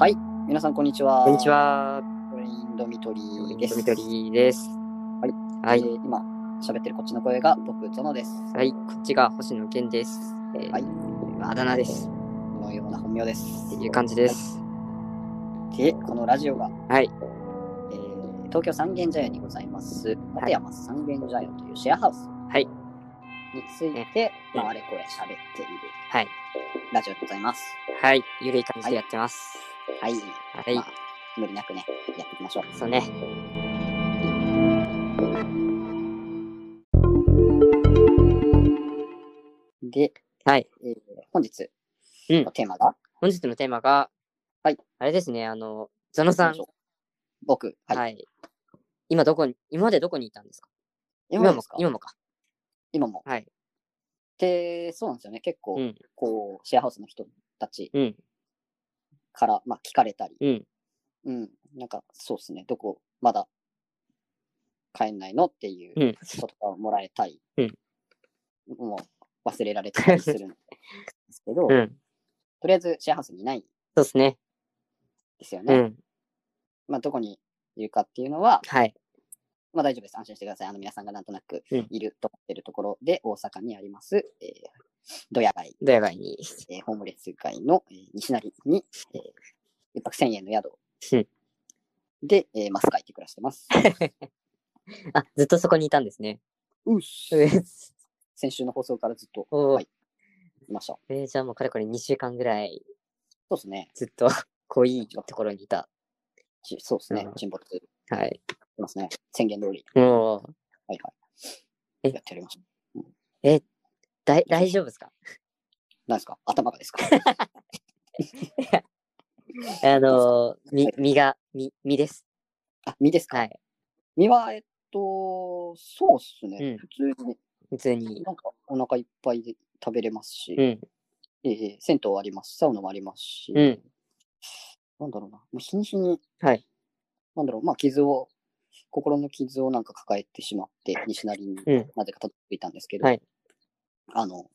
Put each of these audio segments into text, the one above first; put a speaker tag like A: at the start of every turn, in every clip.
A: はい、皆さんこんにちは。
B: こんにちは。
A: トレインドミトリー
B: で。
A: ですす。
B: 緑です。
A: はい。
B: はい。
A: えー今喋ってるこっちの声が僕ゾノです。
B: はい。こっちが星野源です。えー
A: はい。
B: あだ名です。
A: このような本名です。
B: っていう感じです。
A: で、このラジオが、
B: はい。
A: えー東京三軒茶屋にございます立山三軒茶屋というシェアハウス
B: はい。
A: について、まあ、あれこれ喋っている
B: はい。
A: ラジオでございます。
B: はい。ゆるい感じでやってます。
A: はい、
B: はい。
A: まあ無理なくね、やっていきましょう。
B: そうね。
A: で、
B: はい。
A: えー本日
B: うん
A: のテーマが、
B: 本日のテーマが、
A: はい。
B: あれですね。あの、ゾノさん。
A: 僕、はい。
B: はい。今どこに、今までどこにいたんですか
A: 今も
B: も
A: ですか
B: 今もか。
A: 今も。
B: はい。
A: で、そうなんですよね。結構、
B: うん。
A: こう、シェアハウスの人たち
B: うん。
A: から、まあ、聞かれたり、
B: う
A: う
B: ん。
A: ん、なんか、そうですね。どこ、まだ、帰んないのっていう
B: うん
A: ことかをもらえたり、
B: うん
A: もう、忘れられてたりするんですけど、
B: うん。
A: とりあえずシェアハウスにいないん
B: そうですね。
A: ですよ
B: う
A: ね。
B: ん。
A: まあ、どこにいるかっていうのは、
B: はい。
A: まあ、大丈夫です。安心してください。あの、皆さんがなんとなく
B: うん
A: いると思ってるところで、大阪にあります、えー、ドヤ街
B: ドヤ街に。
A: えーホームレス街の、えー西成に、えー、一泊1000円の宿
B: うん
A: で、えーマス書いて暮らしてます。
B: あ、ずっとそこにいたんですね。
A: うっ
B: うっす
A: 先週の放送からずっと
B: おー
A: はいいました。
B: えーじゃあもうかれこれ2週間ぐらい
A: そうですね。
B: ずっと濃いところにいた。
A: ちそうですね
B: う。ん
A: 沈没して
B: はい。
A: ますね。宣言通り。
B: もう、
A: はいは
B: え
A: い。やっておりました。
B: だい大丈夫ですか
A: 何ですか頭がですか
B: あのー、み
A: はい、
B: 身が、み、身です。
A: あ、身ですか、
B: はい。
A: 身は、えっと、そうっすね。
B: うん
A: 普通に、
B: 普通に。
A: なんかお腹いっぱいで食べれますし、
B: うん。
A: えー銭湯ありますし、サウナもありますし、
B: うん
A: なんだろうな、もう日に日に、
B: はい
A: なんだろう、まあ、傷を、心の傷をなんか抱えてしまって、西成に
B: うん
A: なぜかたどり着いたんですけど、
B: はい
A: あの、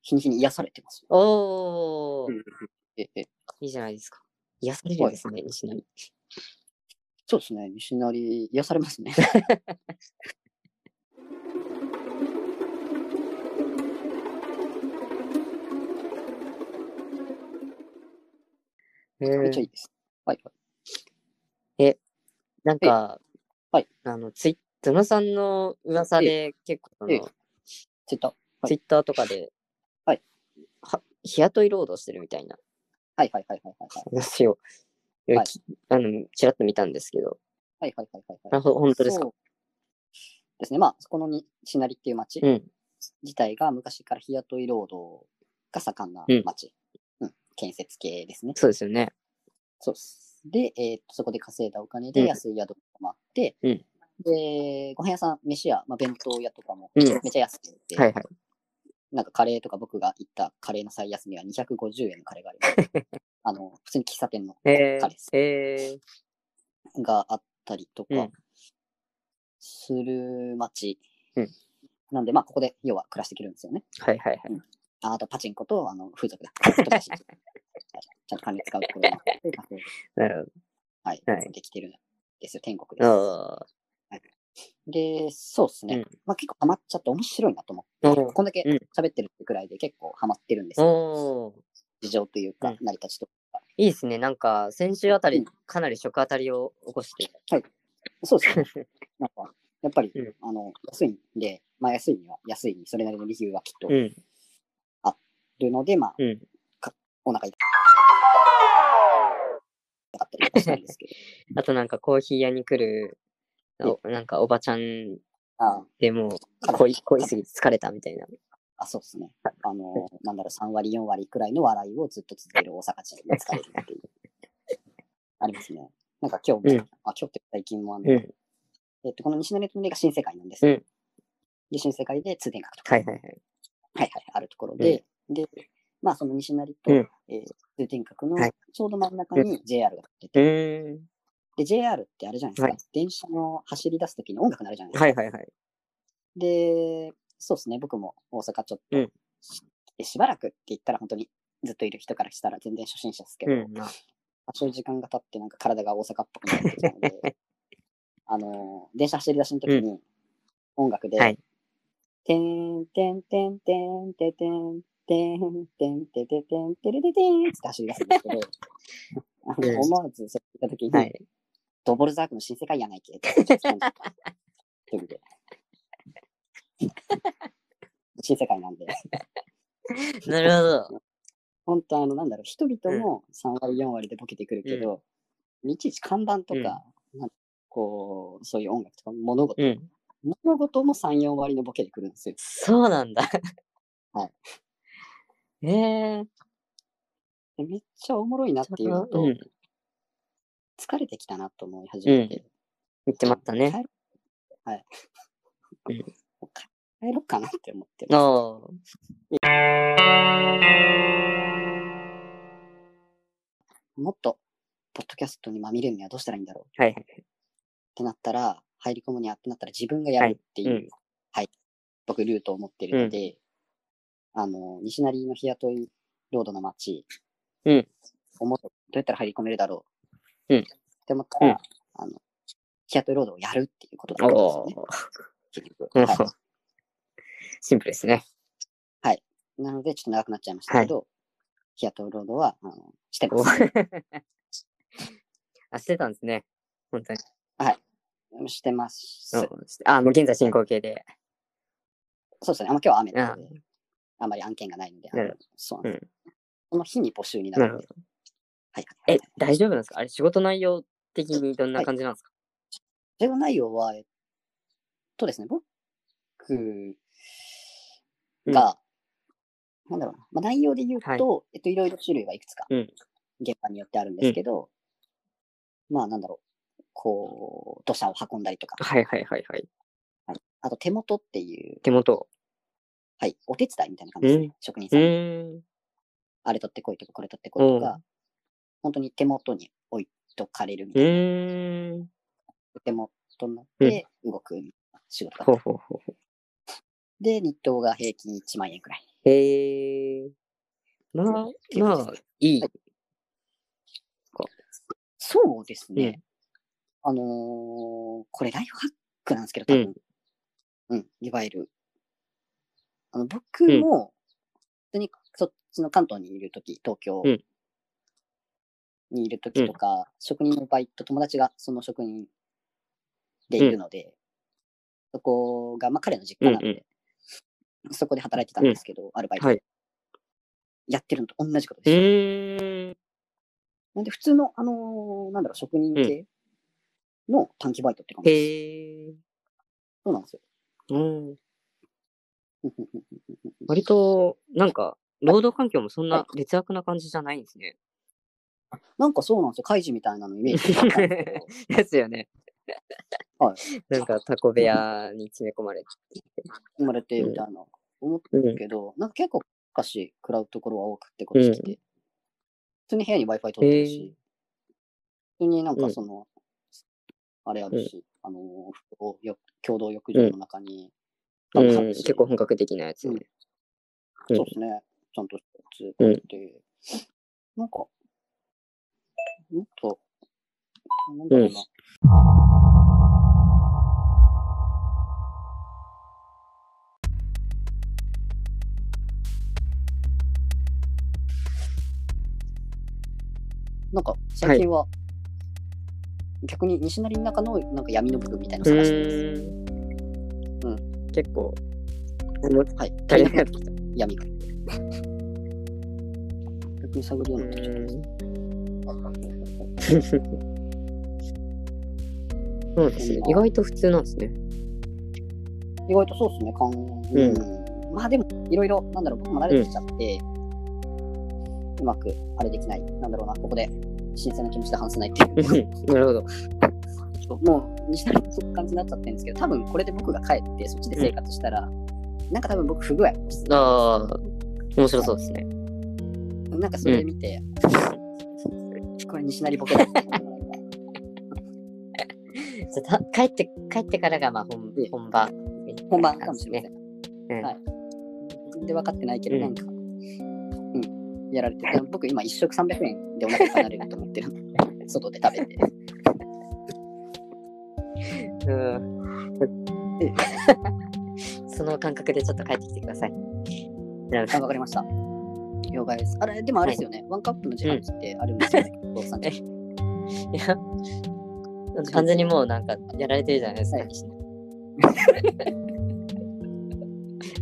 A: 日に日に癒されてます。
B: おー、
A: うんええ
B: いいじゃないですか。癒されるんですね、西成。
A: そうですね、西成、癒されますね。
B: え
A: めっちゃいいです。はい、はい。
B: なんか、
A: はい。
B: あの、ツイゾノさんの噂で結構、そ
A: ええ
B: の、
A: ツイッター。はい
B: ツイッターとかで、
A: はい
B: は。日雇い労働してるみたいな
A: はいはいはいはいはいはい。
B: 話を、
A: はい
B: きあの、ちらっと見たんですけど、
A: はいはいはいはい、は
B: あ、
A: い。
B: ほ本当ですか
A: そうですね、まあ、そこのに西成っていう町
B: うん。
A: 自体が昔から日雇い労働が盛んな町、うん建設系ですね。
B: そうですよね。
A: そうです。で、えーっとそこで稼いだお金
B: う
A: で
B: ん
A: 安い宿に泊まって、
B: うん
A: で、ご飯屋さん、飯屋、まあ、弁当屋とかも
B: う
A: め
B: ん
A: ちゃ安くて、
B: はいはい。
A: なんかカレーとか僕が行ったカレーの最安値は250円のカレーがあります。 あの、普通に喫茶店のカレ
B: え
A: ー
B: ー
A: です、
B: え
A: があったりとか
B: うん
A: する町。
B: うん
A: なんで、まあ、ここで要は暮らしていけるんですよね。
B: ーはいはいはい。
A: ああとパチンコとあの風俗だ。ちょっとパ チンコちゃんと金使うところがあって稼いで
B: なる
A: はい、
B: はい
A: できてるんですよ、天国
B: ほ
A: です。
B: ど。あ
A: で、そうですね。
B: うん
A: まあ結構ハマっちゃって面白いなと思
B: う
A: っ
B: ん
A: て、こんだけ
B: うん
A: 喋ってるってくらいで結構ハマってるんです
B: ー
A: よ。
B: おー
A: 事情というか
B: うん、
A: 成り立ちとか。
B: いいですね。なんか、先週あた
A: う
B: り
A: ん、
B: かなり食あたりを起こして。
A: そうですね。 なんか、やっぱり、
B: うん
A: あの、安いんで、まあ安いには安いに、それなりの理由はきっと
B: うん。
A: いるので、まあ、
B: うん。
A: お 腹痛かったりとかしたんですけど。
B: あとなんか、コーヒー屋に来る、おなんか、おばちゃん
A: あ
B: でもう、恋、恋すぎて疲れたみたいな。
A: あ、そうですね。あの、なんだろう、3割、4割くらいの笑いをずっと続ける大阪人が疲れるっていう。 ありますね。なんか今日も、
B: うん
A: あ、今日って最近もあの、
B: うん。
A: えっと、この西成との家が新世界なんです。
B: うん
A: で、新世界で通天閣とか、
B: はいはいはい。
A: はいはいあるところで、で、まあその西成と、
B: うん
A: えー通天閣の
B: はい
A: ちょうど真ん中に JR が立って
B: う
A: て、
B: ーん。
A: で、JR ってあれじゃないですか、
B: はい
A: 電車の走り出すときに音楽鳴るじゃないですか。
B: はいはいはい。
A: で、そうですね、僕も大阪ちょっと、
B: うん
A: でしばらくって言ったら本当にずっといる人からしたら全然初心者ですけど、
B: うん、まあ、
A: 多少時間が経ってなんか体が大阪っぽくなってきたので、あの、電車走り出しの時に音楽で、
B: はい
A: てんてんてんてんててんてんてんてててんてれててんって走り出すんですけど、あ
B: うん
A: の思わずそれ言った時に、
B: はい。
A: ドボルザークの新世界やないけって言ったんですよ。一人で新世界なんで。
B: なるほど。
A: 本当あの、なんだろう、人々も3割、4割でボケてくるけど、いちいち看板とか、
B: うん
A: なんかこう、そういう音楽とか、物事、
B: うん。
A: 物事も3、4割のボケでくるんですよ。
B: そうなんだ。。
A: はい
B: えー、
A: でめっちゃおもろいなっていうのと、
B: うん。
A: 疲れてきたなと思い始めて、
B: 言ってましたね。
A: 帰ろうはい。
B: うん
A: もう帰帰ろうかなって思ってます。
B: おー
A: もっと、ポッドキャストにまみれるにはどうしたらいいんだろうっ
B: はいはい。
A: てなったら、入り込むにはってなったら自分がやるっていう、
B: は
A: はいい、
B: うん
A: 僕ルートを持ってるので、あの、西成の日雇いロードの街、
B: うん。
A: 思って、どうやったら入り込めるだろう。
B: うん
A: って思ったら、
B: うん
A: あの、日雇いロードをやるっていうことだったんですよね。
B: おー
A: 結局
B: なる
A: はい
B: ほど シンプルですね。
A: なので、ちょっと長くなっちゃいましたけど、日雇いロードは、あの、してま
B: お
A: す。
B: あ、してたんですね。本当に。
A: してます。
B: う
A: そうん
B: あ、もう現在進行形で。
A: ですね。あんま今日は雨なので、あんまり案件がないので、あの
B: なる
A: そうなんです。その日に募集にな
B: な
A: る
B: る
A: の
B: ほ
A: で
B: ど。
A: はい。
B: え、大丈夫なんですかあれ、仕事内容的にどんな感じなんですか、
A: 授業内容は、えっとですね、僕が、なんだろうな、まあ、内容で言うと、
B: はい
A: えっと、いろいろ種類はいくつか、
B: うん
A: 現場によってあるんですけど、まあ、なんだろう、こう、土砂を運んだりとか、
B: はいはいはいはい。
A: あと手元っていう、
B: 手元。
A: はい、お手伝いみたいな感じですね、職人
B: う
A: さんに、
B: ーん。
A: あれ取ってこいとか、これ取ってこいとか、本当に手元に置いとかれるみ
B: う
A: たいな、
B: ーん。
A: 手元になって動く仕事が、
B: ほうほうほうほ
A: で、日当が平均1万円くらい。
B: う。へえー。まあ、まあ、いい。
A: そうですね。
B: うん
A: あのーこれライフハックなんですけど、多分。うん、いわゆる。あの、僕
B: うん
A: も、普通にそっちの関東にいるとき、東京
B: うん
A: にいるときとか、職人のバイト、友達がその職人でいるので、そこが、まあ彼の実
B: う
A: 家
B: ん
A: なんで、
B: う
A: そこで働いてたんですけど、アルバイトで、
B: はい
A: やってるのと同じこと
B: ん。う
A: です。
B: ーん。
A: なんで普通の、あのーなんだろう、職人系の短期バイトって感じです。
B: へえ
A: そうなんですよ。
B: ー。うん。
A: うんうんうん
B: 割と、なんか、労働環境もそんな劣悪な感じじゃないんですね。
A: なんかそうなんですよ。カイジみたいなのイメージだったんですけど
B: ですよね。
A: は
B: なんかタコ部屋に詰め込まれて。
A: 生まれてみたいな思っ
B: うん
A: たけど、なんか結構おかしい食らうところは多くってこっち来て、
B: う
A: 普通に部屋に Wi-Fi 取ってるし、普通になん
B: う
A: か
B: ん
A: その、あれあるし、あのおよ共同浴場の中に、
B: う
A: なんかあ
B: ん、
A: るし
B: 結構本格的なやつ、
A: うん
B: ね
A: そうですね、ちゃんと通過って、なんか、もっと、なんだろうな、なんか最近は、逆に西成の中のなんか闇の部分みたいな
B: う
A: のを探してます。
B: ん。
A: う
B: 結構、思っ
A: はい。
B: たりなかった。
A: 闇が。逆に探るようになってきちゃった
B: そうですね。意外と普通なんですね。
A: 意外とそうですね、かん、うん、まあでも、いろいろ、なんだろう、僕も慣れてきちゃって、うまくあれできない、なんだろうな、ここで、新鮮な気持ちで話せないっていう
B: なるほど。
A: もう、西成のそういう感じになっちゃってるんですけど、多分これで僕が帰って、そっちで生活したら、なんか多分僕、不具合をして
B: ああ、面白そうですね。
A: なんかそれで見て、これ西成ボケだって思ってもらいたい。
B: じゃあた帰って、帰ってからがまあ本
A: うん
B: 本番みに。
A: 本番かもしれません。
B: うん
A: はい全然分かってないけど、
B: うん
A: なんか、うん、やられてて、僕今一食300円でお腹いっぱいになれると思ってる。 外で食べて。
B: うん。 その感覚でちょっと帰ってきてください。なん
A: あ、
B: か
A: わかりました。了解です。あれ、でもあれですよね。ワンカップの自販機ってあるんですよね。お父さん
B: えいや、完全にもうなんかやられてるじゃないですか。
A: はい
B: 西野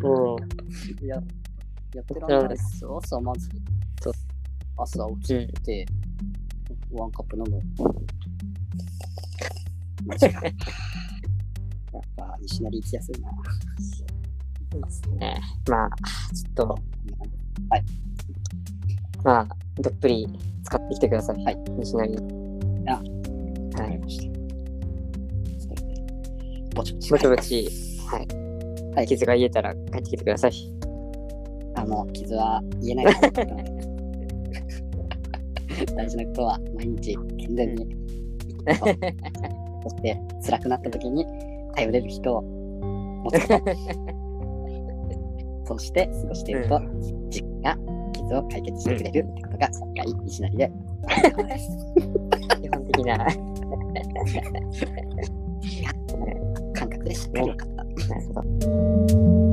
B: もう、
A: ややってらんないですよ。朝まず、
B: そう
A: 朝起
B: うん、
A: きて、ワンカップ飲 む。マジか。やっぱ、西成行きやすいな。
B: ねまあ、ちょっと、まあ、どっぷり使ってきてください。
A: はい。
B: 西成。
A: あ
B: はい。
A: ぼちぼち。
B: ぼちぼち、
A: はい
B: 傷が癒えたら帰ってきてくだ さい。
A: あの、傷は言えないから 大事なことは毎日健全に生きること。そして、辛くなった時に頼れる人を持つこと。そして、過ごしていると、実家が傷を解決してくれるってことが、今回、西成で。
B: 基本的な。
A: 感覚でしっかり分かった。
B: なるほど。